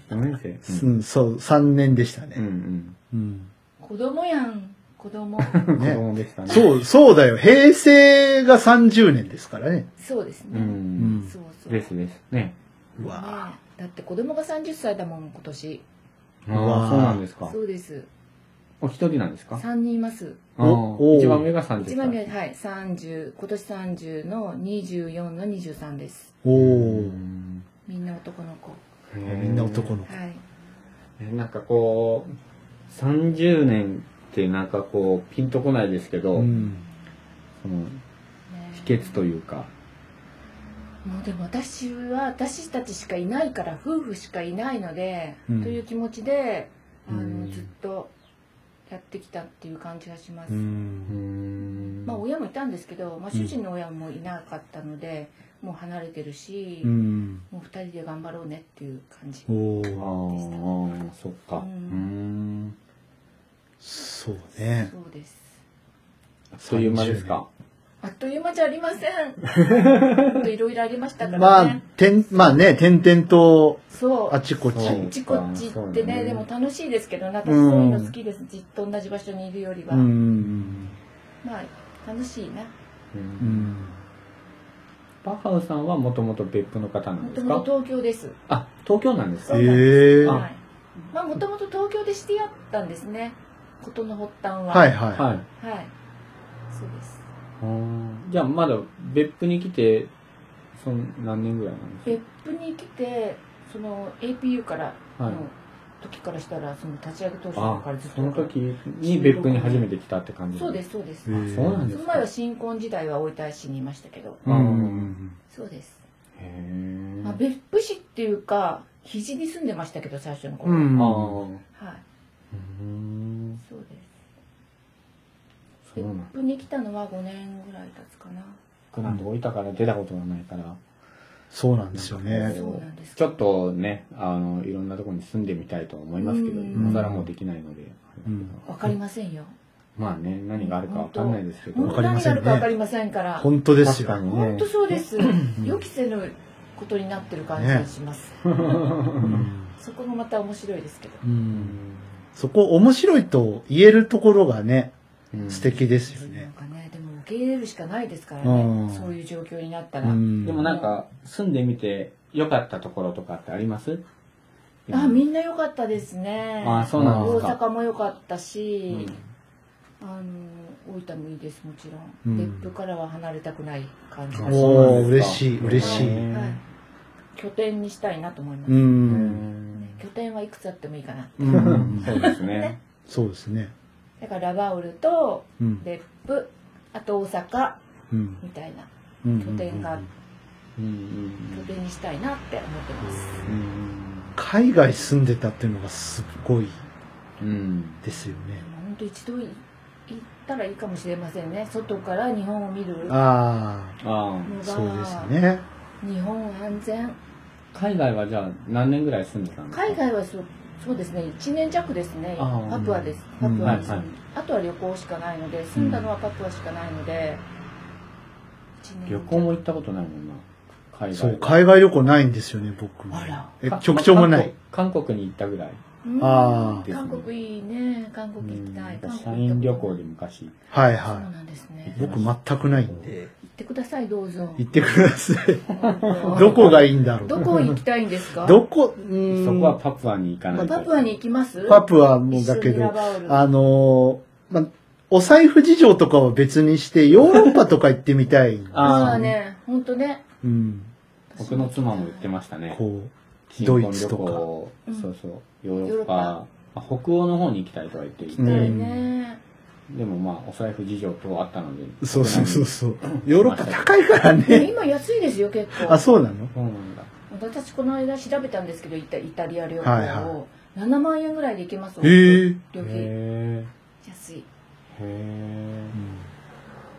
B: 生。四年生
A: う。んそう3年でした
B: うんう
A: ね、
B: ん。
A: うん
C: 子供やん 子供
B: 子供でしたね。
A: そうそうだよ平成が30年ですからね
C: そうです
B: う
C: ね、
B: ん。
C: そうそう
B: ですです。ね。
A: う
C: ね
A: わ
C: だって子供が30歳だもん今年
B: あ
A: うわ
B: あ、
A: ー
B: そうなんですか
C: そ。うです
B: お一人なんですか
C: 3人います
B: あー
A: お
B: 一番上が30歳。
C: 一番目はい30今年30の24の23です
A: おお
B: うん
C: みんな男の子
B: へー
A: みんな男の子
C: はい
B: えなんかこう30年ってなんかこうピンとこないですけど、
A: うん
B: その
C: ね
B: 秘訣というか
C: もうでも私は私たちしかいないから夫婦しかいないので、
A: うん
C: という気持ちであ
A: う
C: の、
A: ん
C: ずっとやってきたっていう感じがします、
A: うん
C: まあ
B: うん
C: 親もいたんですけど、まあ、主人の親もいなかったので、もう離れてるし、
A: うん
C: もう2人で頑張ろうねっていう感じ
A: おお
B: あーそっかう
C: うん
B: ん
A: そうね
C: そうです
B: あっという間ですか
C: あっという間じゃありませんほんといろいろありましたからね、
A: まあてんまあね点々と
C: そう
A: あちこち
C: あっちこっち行っ
B: そ
C: てね
B: うだね
C: でも楽しいですけどなんかそう
A: うん
C: いうの好きです、じっと同じ場所にいるよりは、
A: うん
C: まあ楽しいな
B: う
A: うんん
B: バッハウさんはもともと別府の方な
C: も
B: んで
C: と
B: す
C: も
B: か
C: と東京です
B: あ東京なんですか
A: ええ
C: そうなん
B: あ
C: はいまあもともと東京でしてやったんですねことの発端は
A: はい
C: は、
A: はい
B: はい
C: そうです
B: じゃあまだ別府に来てその何年ぐらいなんです
C: 別府に来てその APU から
B: はい
C: の時からしたらその立ち上げ当初
B: か
C: からずっと
B: その時に別府に初めて来たって感じ
C: そうですそうです、
A: うん
B: そうなんで
C: そ
B: す
C: の
B: か
C: 前は新婚時代は大分市にいましたけど
B: うんうん
C: そうです、
B: へえ
C: まあ、別府市っていうか肘に住んでましたけど最初の頃、
A: う
C: はい
A: ん。
B: あ
A: あ
B: ーうん
C: そうです
B: そう
C: 別
B: なんだ
C: 府に来たのは5年ぐらい経つかな
B: 僕なんて置いたから出たことがないから
A: そうなんですよ
B: え
A: ね
B: ー。
C: そうなんです
B: ちょっとねあのいろんなところに住んでみたいとは思いますけど
C: うん
B: 今更もうできないので、
A: うん
C: わかりませんよ
B: まあね何があるかわかんないですけど
C: 本
A: わ
C: 当
A: かりま
C: 何
A: せん
C: が
A: ね
C: あるかわかりませんから
A: 本当です
B: 確か
A: よ。
B: に
C: 本
B: ね
C: 当そうです予期せぬことになってる感じがします、
A: うん
C: そこもまた面白いですけど
A: うんそこ面白いと言えるところがね、
B: うん
A: 素敵ですよ
C: なん
A: ね。
C: かねでも受け入れるしかないですから
A: うん
C: ねそういう状況になったら、
A: うん
B: でもなんか住んでみて良かったところとかってあります
C: あみ
B: ん
C: んな良かったですね
B: あそうなんです
C: 大
B: か
C: 阪も良かった
B: う
C: し
B: ん、
C: あの大分もいいですもちろん、
A: うん
C: 別府からは離れたくない感じがします
A: おお
B: そうなんです
A: 嬉
B: か
A: しい嬉しい。
B: ー
C: はい拠点にしたいなと思います、
A: う。
B: うんん
C: 拠点はいくつあってもいいかな
A: うん
B: そうですね
A: そうですね。
C: だからラバウルと
A: うん
C: 別府あと大阪
A: うん
C: みたいな
A: うん
C: 拠点が
B: うんうん
C: 拠点にしたいなって思ってます、
B: うん
A: 海外住んでたっていうのがすごい
B: うん
A: ですよね。
C: 本当一度い行ったらいいかもしれませんね外から日本を見るのが
A: あ
B: ああ
A: あそうですね。
C: 日本安全
B: 海外はじゃあ何年ぐらい住んでたんですか
C: 海外はそうそうですね1年弱ですね
B: あー
C: パプアです
A: う
C: パ
A: ん
C: プアに住
B: は
C: ん
B: いはい
C: あとは旅行しかないので住んだのはパプアしかないので、一年
B: 旅行も行ったことないもんな海外
A: そう海外旅行ないんですよね僕。
C: あら
A: え
B: か
A: 局長もない。
B: 韓国韓国に行ったぐらい
C: うん
A: あ
B: ー
C: 韓国いいね韓
B: う
C: 国行き
B: ん
C: たい
B: なんか
C: 韓
B: 社
C: 国
B: 員旅行
C: で
B: で昔
A: はい
C: そう
A: は
C: なんですね
A: い。僕全くないんで
C: 行ってくださいどうぞ
A: 行ってください。ど
C: ど
A: こがいいんだろう。
C: どこ行きたいんですか
A: どこう
B: そ
A: ーん
B: こはパプアに行かないと
C: パプアに行きます
A: パプアもだけ
C: 一緒にラ
A: ど、
C: バウル
A: あのーま、お財布事情とかは別にして、ヨーロッパとか行ってみたい。
B: あー
C: そうね本当ね
A: うん。
B: 僕の妻も言ってましたね
A: こう。
B: 新
A: ド
B: 婚
A: イツとか
B: 旅行
C: うん
B: そうそうヨーロッパ
C: ヨーロッパ
B: まあ北欧の方に行きたいとは言っていて、
A: う
C: だ
A: ん
C: よね
B: でもまあお財布事情とあったので
A: そうそうそうそう。ヨーロッパ高いから
C: で
A: ね。
C: 今安いですよ結構
A: あ、そうなの
B: そうなんだ
C: 私この間調べたんですけどイタイタリア旅行を、
A: はいは
C: 7万円ぐらいで行けます
A: へえ。
C: 旅費
B: へ
C: 安い
B: えへえ
A: うん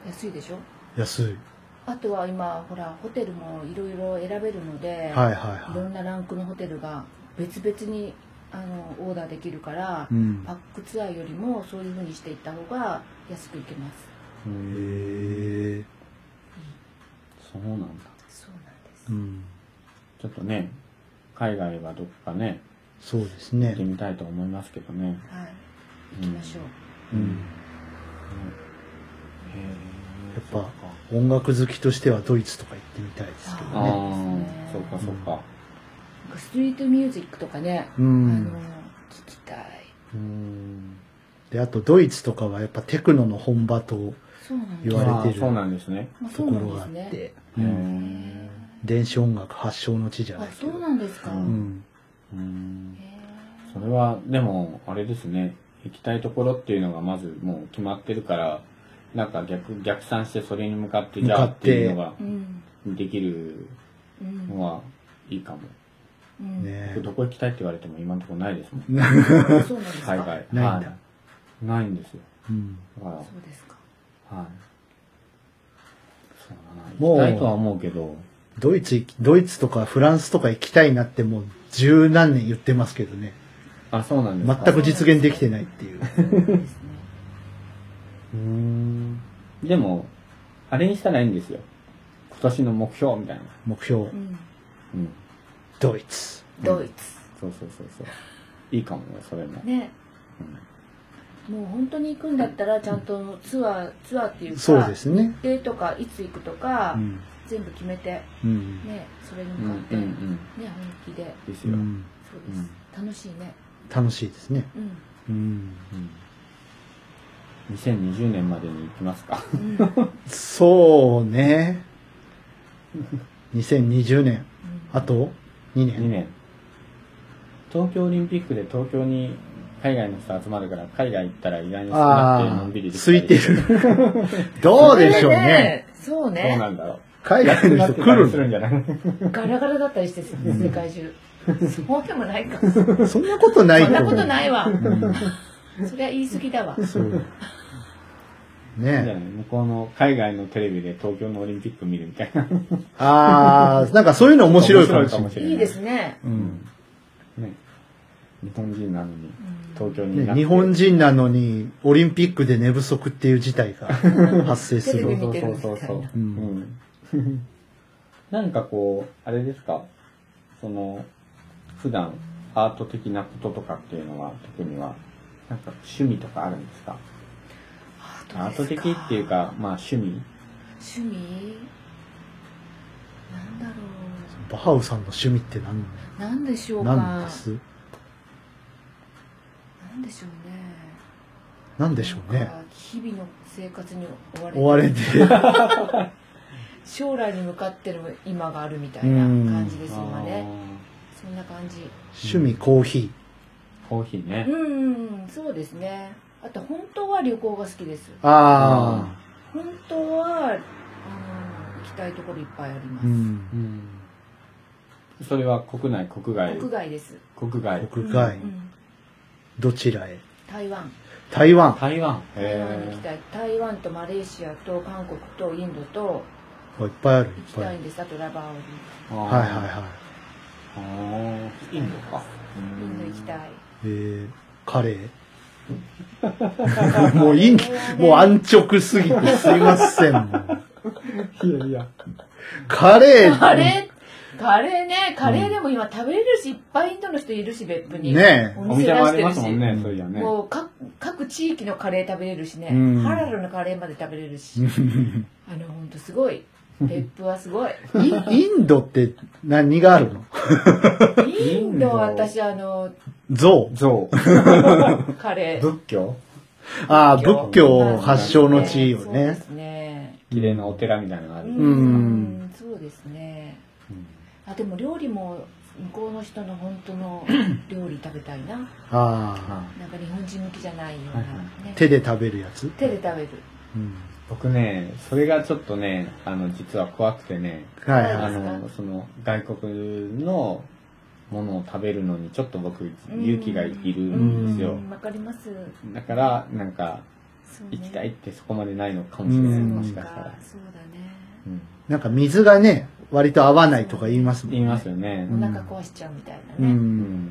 C: 安いでしょ
A: 安い。
C: あとは今ほらホテルもいろいろ選べるので、
A: はいはい
C: いろ
A: は
C: んなランクのホテルが別々にあのオーダーできるから
A: い。う、ん
C: パッ。クツアーよりもそういうふうにしていった方が安く行けます
A: へえ。
B: そうなんだ
C: そうなんです、
A: うん。
B: ちょっとね海外はどっかね
A: そうです
B: 行って
A: ね。
B: みたいと思いますけどね
C: はい行きましょ
A: う
C: う、
A: ん。
B: へえ
A: やっぱ音楽好きとしてはドイツとか行ってみたいですけど
B: ああ
A: ね。
B: ーそうかそうか
C: なんかストリートミュージックとかね、
A: う
C: あの
A: ん。
C: 聞きたい
B: うん
A: で、あとドイツとかはやっぱテクノの本場と
C: そうなんで
A: 言
C: す、
A: われてる
B: あーそうなんですね
C: まあ、
A: と
C: そ
A: こ
C: うな
A: ろがあ
C: ん
A: っ
C: ですね
A: て。
B: へ
A: うん
B: え
A: 電子音楽発祥の地じゃな
C: あ
A: いけ
C: そ
A: ど
C: うなんですか、
B: う
A: うん
B: うん
C: へ
B: それはでもあれですね行きたいところっていうのがまずもう決まってるからなんか逆逆算してそれに向かってじゃあ
A: 向か
B: っ
A: ってて
B: いうのが
C: えうん
B: できる
C: う
B: の
C: ん
B: はいいかも、
C: うん
A: ね
B: 僕どこ行きたいって言われても今のところないですもん
C: そうなんですか
B: 海外
A: ないんだ
B: はいないんですよ
A: うん
B: だからはい
C: そうですか
B: そうだな
A: も
B: 行
A: う
B: きたいとは思うけど
A: ドイツ行きドイツとかフランスとか行きたいなってもう十何年言ってますけどね
B: あそうなんです
A: 全
B: か
A: く実現できてないって いう
C: そうなんですね
B: うーんでもあれにしたらいいんですよ今年の目標みたいな
A: 目標
C: うん
B: うん
A: ドイツ
C: ドイツ
B: そうそうそうそういいかもねそれも、
C: ね
B: うん
C: もう本当に行くんだったらちゃんとツアーツアーっていうか
A: そうですね
C: 日程とかいつ行くとか、
A: うん
C: 全部決めて
A: うん
C: ねそれに
B: うん
C: 向かって、
B: うんう
C: ね
B: ん
C: 本気で
B: です
A: う
B: よ、
A: ん
C: そうです、楽しいね
A: 楽しいですね
C: うん
A: うん
B: うん2020年までに行きますか。
A: そうね。2020年。あと2
B: 2
A: 年。
B: 年。東京オリンピックで東京に海外の人集まるから、海外行ったら意外に少なくての
A: あ
B: ん
A: あ
B: びり
A: ー、
B: できた
A: 空
B: り
A: いてる。どうでしょうね。。
C: そう
B: どうな
C: ね。
B: んだろ う。
A: 海外の人来
B: するん
A: る
B: じゃない
C: ガラガラだったりして、世界中。そうでもないか。
A: のそんなことない
C: そ
A: と
C: んな
A: 思
C: こ
A: う。
C: とないわ。
A: うん
C: それは言い過ぎだわ。
A: そう。
B: いいんじゃ
A: ね
B: ない向こうの海外のテレビで東京のオリンピック見るみたいな。
A: ああ、なんかそういうの面白いかもしれない。
B: 白
C: いいですね。
A: うん
B: ね。日本人なのに、東京にいな
A: ね
B: くて
A: 日本人なのに、オリンピックで寝不足っていう事態が発生す
C: テレビ
A: る。
C: 見てるみ
B: そうそう
C: た
B: そ
C: いうな。
B: そう。うん。なんかこう、あれですかその、普段アート的なこととかっていうのは、特には、なんか趣味とかあるんですかアート的っていうか、まあ趣味
C: 趣味なんだろ
A: バハウさんの趣味って何
C: う。なんでしょうか。
A: なんです
C: なんでしょうね。
A: なんでしょう
C: なん
A: ね
C: か。日々の生活に追われて
A: 追われて。
C: 将来に向かってる今があるみたいな感じです今ね。そんな感じ。
A: 趣味コーヒ
B: あーコーヒー
C: う
B: ね。
C: ん、そうですね。あと本当は旅行が好きです。
A: ー。あ
C: 本当はあの行きたいところいっぱいあり
A: あ。
C: ま
A: う
C: す。
A: ん。
B: うん。それは国内、国外、
C: 国外です。
B: 国外。
A: 国外
C: うんう。ん
A: どちらへ
C: 台湾。
A: 台湾。
B: 台湾。
C: 台湾に行き
B: へ
C: たい。台湾とマレーシアと韓国とインドと
A: あいっぱいある、いっ
C: 行き
A: ぱい
C: た
A: あ
C: い
A: る。
C: んです。あとラバーオリ。
B: ー
A: はいはいは
B: あーインドか。
C: インド行きたい。
A: い。えー、カレー。 もういい、もう
C: あ
A: 安直すぎてすいません。もう
B: いやいや。
A: カレー。
C: カレー、カレーね、カレーでも今食べれるし、いっぱいインドの人いるし、別府に。
A: ねえ
C: お
B: お
C: 店
B: 店
C: 出
B: もあり
C: して
B: ま
C: る
B: す
C: し。
B: もんね、そういやね。
C: もう各各地域のカレー食べれるしね、
A: うん
C: ハラルのカレーまで食べれるし、あの本当すごい、別府はすごい。
A: インインドって何があるの
C: インドは私あの
A: 像。
B: 像。
C: カレー
B: 仏教
A: ああ、仏教発祥の地よ
C: そうで
A: ね。
C: すね。
B: 綺麗なお寺みたいなのがある。
C: うん、
A: ん
C: そうですね。
B: うん
C: あでも料理も向こうの人の本当 の料理食べたいな。
A: あ
B: あ
C: なんか日本人向きじゃないよう
B: はい
C: な
B: は
A: あ
C: ね。。
A: 手で食べるやつ。
C: 手で食べる。
A: うん、
B: 僕ね、それがちょっとね、あの、実は怖くてね、
A: はいはい。
B: あ
C: そうですか
B: の、その、外国のものを食べるのに、ちょっと僕、勇気がいるんですよ
C: う。んわかります。
B: だから、なんか、
C: そうね
B: 行きたいってそこまでないのかもしれない、
A: うん
B: もし
C: そう
B: かした。
C: からそうだね。
B: うん
A: なんか水がね、割と合わないとか言いますもんね。
B: 言いますよね。
C: お腹壊しちゃうみたいな
A: う。
C: ね。
B: うんん。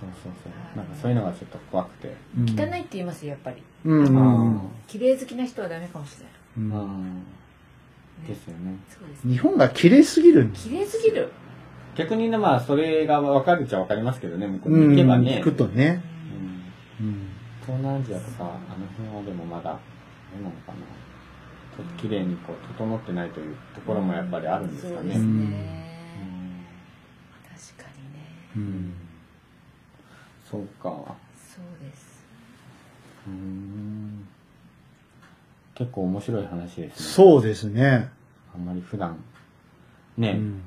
B: そうそうそう。なんかそういうのがちょっと怖くて。
A: うん
C: 汚いって言いますよやっぱり。
A: うん。うん
C: 綺麗好きな人はダメかもしれない。
A: うん
B: うん。
C: ね
B: ですよね。
C: そうですね。
A: 日本が綺麗すぎるんです。
C: 綺麗すぎる。
B: 逆にね、まあ、それが分かるっちゃ分かりますけどね、向こう
A: う
B: に
A: ん。
B: 行けばね。
A: 聞くと
C: う
A: ね。
B: うんん
A: うん。
B: 東南アジアとか、あの辺はでもまだ、あれなのかな。ちょっと綺麗にこう、整ってないというところもやっぱりあるんですか
C: そうで
B: ね。
C: す
B: うん
C: ね。確かにね。
A: うん。
B: そうか。
C: そうです。
B: うん。結構面白い話ですね。
A: そうですね。
B: あんまり普段、
A: う
B: ね、
A: ん。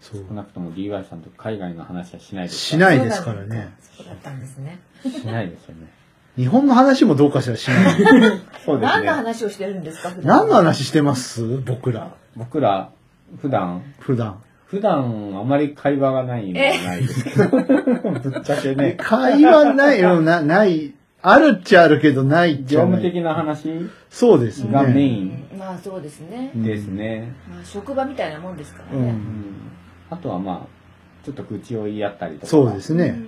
A: そう
B: 少。なくとも DY さんと海外の話はしないです
A: し
B: い。
A: ないですからね。
C: そうだったんですね。
B: しないですよね。
A: 日本の話もどうかしらしない。
B: そうです
C: 何の
B: ね。
C: 話をしてるんですか。普段
A: 何の話してます僕ら。
B: 僕ら、普段、
A: 普段。
B: 普段あまり会話がないんじゃない ですけど、ぶっちゃけね、
A: 会話ない、うん な、ない。あるっちゃあるけど、ないっち
B: 業
A: ゃな
B: 務
A: い。
B: 的な話
A: そうです
B: がメ
A: ね。
B: イン
C: うんまあそうですね。
B: ですね。
C: まあ職場みたいなもんですから
A: う
C: ね。
B: うんんあとはまあ、ちょっと愚痴を言い合ったりとか、
A: そうです
C: う
A: ね。
C: ん。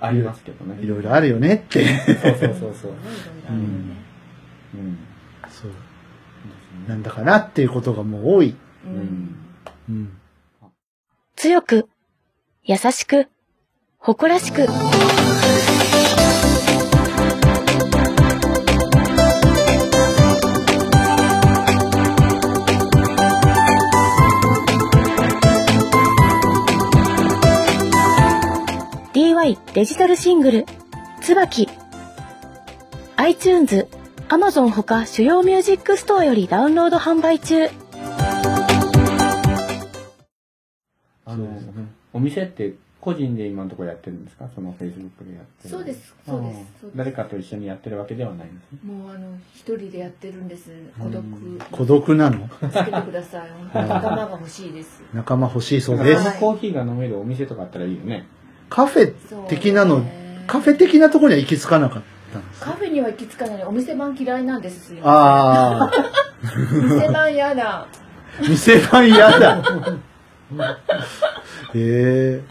B: ありますけどね。
A: いろいろあるよねって。
B: そうそうそうそう。
C: そういろいろあるよね
B: うん。
A: そう。
B: です
A: な
B: ね
A: んだかなっていうことがもう多い。
C: う
B: うん
C: ん。
A: うん。
E: 強く、優しく、誇らしく。DY デジタルシングル、椿。
F: iTunes、Amazon ほか主要ミュージックストアよりダウンロード販売中。
A: あのですね
B: お店って個人で今のところやってるんですかその Facebook でやってる。。
C: そうですすそうですそうで
B: 誰かと一緒にやってるわけではないんですね。
C: すもうあの一人でやってるんです孤独
A: 孤独なの
C: つけてください本当に仲間が欲しいです
A: 仲間欲しいそう
B: なん
A: で
B: か
A: す
B: そのコーヒーが飲めるお店とかあったらいいよね。
A: カフェ的なの
C: そうね
A: カフェ的なところには行き着かなかったんです
C: カフェには行き着かないお店番嫌いなんですよ
A: ああ
C: 店番嫌だ
A: 店番嫌だへえ
C: ね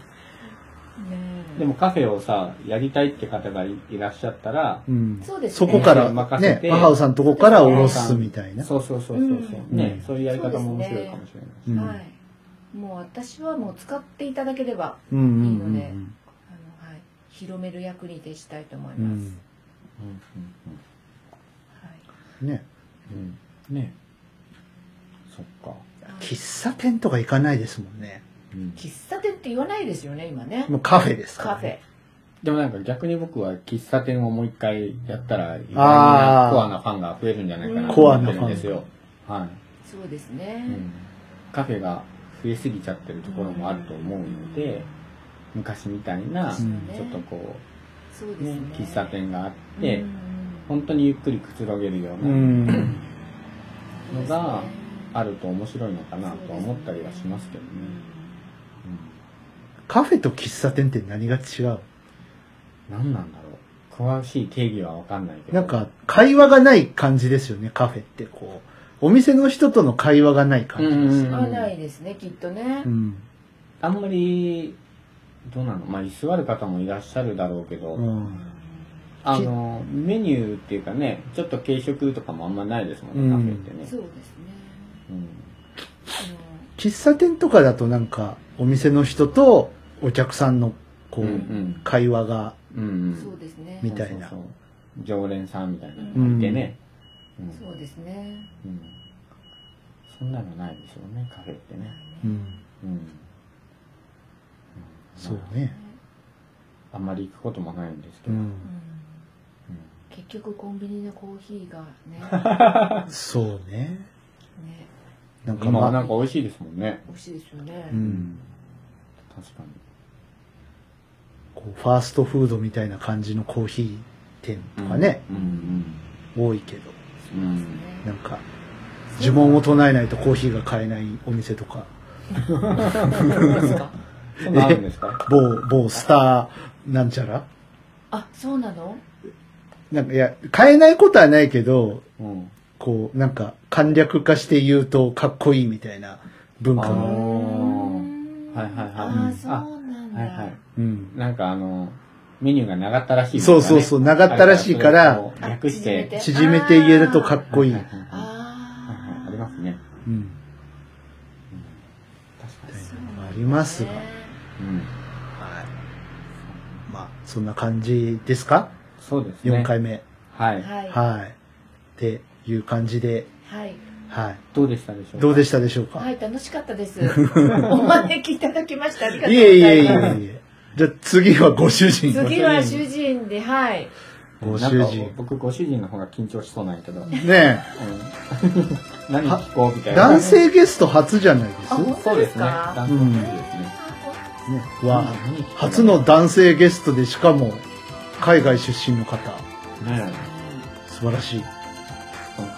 C: え
B: でもカフェをさ、やりたいって方がいいらっしゃったら、
A: うん
C: そうです
A: そ
C: ね
A: こか
B: え
A: ら
B: ー任せ
A: ね
B: て
A: バハウさんのとこから下ろすみたいな
B: そうそうそうそうそう、
C: うん
B: ね
A: うん
B: そういうやり方も面白いかもしれな
A: う
B: い、
A: ん
C: はいもう私はもう使っていただければ
A: うんうん
C: いいの
A: うんうん
C: であの、はい、広める役に徹したいと思いうます、
A: ん
B: うん
C: は
A: ね
B: うんうんねそっか、
C: い
A: 喫茶店とか行かないですもんね
B: うん
C: 喫茶店って言わないですよね今ね
A: もうカフェですから
C: カフェ
B: でもなんか逆に僕は喫茶店をもう一回やったら意外に
A: あー
B: コアなファンが増えるんじゃないかなと
A: コア
B: 思っ
A: な
B: て
A: ファン
B: るんですよ、は
C: そうですね
B: い、うん、カフェが増えすぎちゃってるところもあると思うので、昔みたいな、
A: うん
B: ちょっとこ
C: そうです
B: う、ね
C: ね
B: 喫茶店があって、
C: うん
B: 本当にゆっくりくつろげるよう
A: う
B: な、
A: ん
B: のがあると面白いのかなとは思ったりはしますけどね。
A: カフェと喫茶店って何が違う
B: うん、何なんだろう。詳しい定義はわかんないけど。
A: なんか、会話がない感じですよねカフェってこうお店の人との会話がない
B: うん
A: 感じです
B: う
C: 合
B: ん
C: わないですねきっとね、
A: うん
B: あんまり、どうなのまあ、居座る方もいらっしゃるだろうけど、
A: うん
B: あの、メニューっていうかね、ちょっと軽食とかもあんまないですもんね、
A: うん
B: カフェってね。
C: そうですね
B: うん
C: あ
A: 喫茶店とかだとなんかお店の人とお客さんのこ
B: う
A: うん
B: うん。
A: 会話が
B: うんうん
C: のそうですね
A: みたいな
B: そうそうそう常連さんみたいなのがいてね。うん
C: そうですね
B: うんそんなのないでしょうね、カフェってね。
A: うん
B: うん
A: そうね
B: あんまり行くこともないんですけ
A: う
B: ど、
C: うんん
B: うん
C: 結局コンビニのコーヒーがね
A: そうね
C: ね
A: なんか
B: 今は
A: ま
B: な
A: あ
B: んか美味しいですもんね、
C: 美味しいですよね、
A: う
B: うん確か
A: こうファーストフードみたいな感じのコーヒー店と
B: に
A: かね
B: うん
A: 多いけど
B: うんうん、うん、
A: なんか呪文を唱えないとコーヒーが買えないお店とか
B: そんなのあるんですか
A: 某某スターなんちゃら
C: あそうなの
A: なんかいや買えないことはないけど
B: うん
A: こうなんか簡略化して言うとかっこいいみたいな文化
B: あ
A: が
B: ーはいはいはい
C: あ
B: うん
C: ーそうなんだ、
B: はいはい
A: うん
B: なんかあのメニューが長ったらしい
A: そうそうそう長ったらしいから
B: あれそれを略して
A: 縮めて言えるとかっこいい
B: は。はははいはい
C: あ
B: ありますね
A: うん。
B: 確か
A: み
B: に
A: たい
C: ー
A: なのがありますが。
C: ね
B: うん
A: はい。まあ、そんな感じですか
B: そうですね
A: ?4 回目。
B: はい、
C: はいは
A: はい。っていう感じで、
C: い
A: は
B: どうでしたでしょ
A: い。
B: うか
A: どうでしたでしょうか、、
C: はいい楽しかったです お招きいただきましてありがとうござ
A: え
C: い
A: い
C: ます
A: えいえいえ。じゃあ次はご主人。
C: 次は主人ではい
A: ご
B: な
A: 主
B: んか
A: 人。
B: 僕ご主人の方が緊張しそうなんやけど、うん、
A: ね
B: 何聞こうみた
A: え、
B: いな
A: 男性ゲスト初じゃないです
C: あ
A: ね
B: そうですね。
C: 本
B: 男
A: 当で
B: 性
A: すか
B: ですね。
A: わ初の男性ゲストでしかも、海外出身の方。
B: ね
A: 素晴らしい。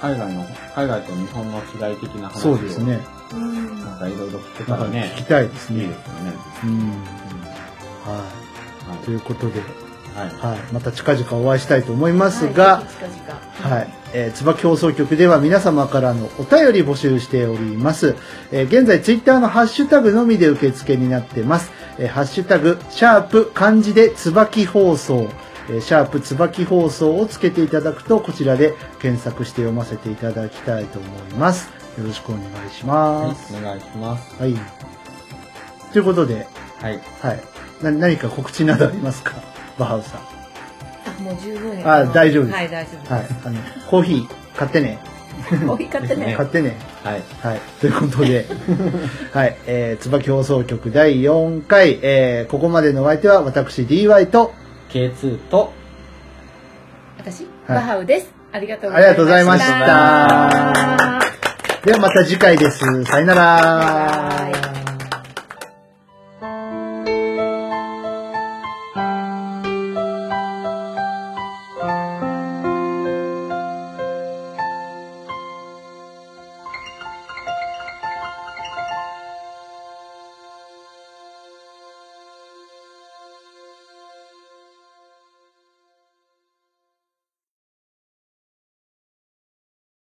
B: 海外の海外と日本の違い的な話
A: そうですね。
C: うん
B: なんかいろいろ聞け
A: な
B: た
A: んから
B: ね
A: 聞きたいです
B: いいですよ
A: ね
B: ね。
A: うん。
B: うん
A: はい。ということで、
B: はい
A: はい、また近々お会いしたいと思います
C: は
A: が
C: い、近々
A: はいえー椿放送局では皆様からのお便り募集しております、えー現在ツイッターのハッシュタグのみで受付になってます、えーハッシュタグシャープ漢字で椿放送えーシャープ椿放送をつけていただくとこちらで検索して読ませていただきたいと思いますよろしくお願いし
B: は
A: ます
B: いお願いします
A: はい、ということで、
B: はい
A: はい、な何か告知などありますかバハウさん
C: あもう十分
A: あ大丈夫です
C: はい大丈夫
A: はい、あの、コーヒー買ってね、
C: おいかってね
A: 買ってね。
B: はい
A: はい、ということで、 はい、えー、椿放送局第4回、えー、ここまでのお相手は私 DY と、
B: K2 と
C: 私
A: はい
C: バハウです。ありがとう
A: ありがとうございまし。
C: ございました
A: ではまた次回です。さよなら。
C: バイバイ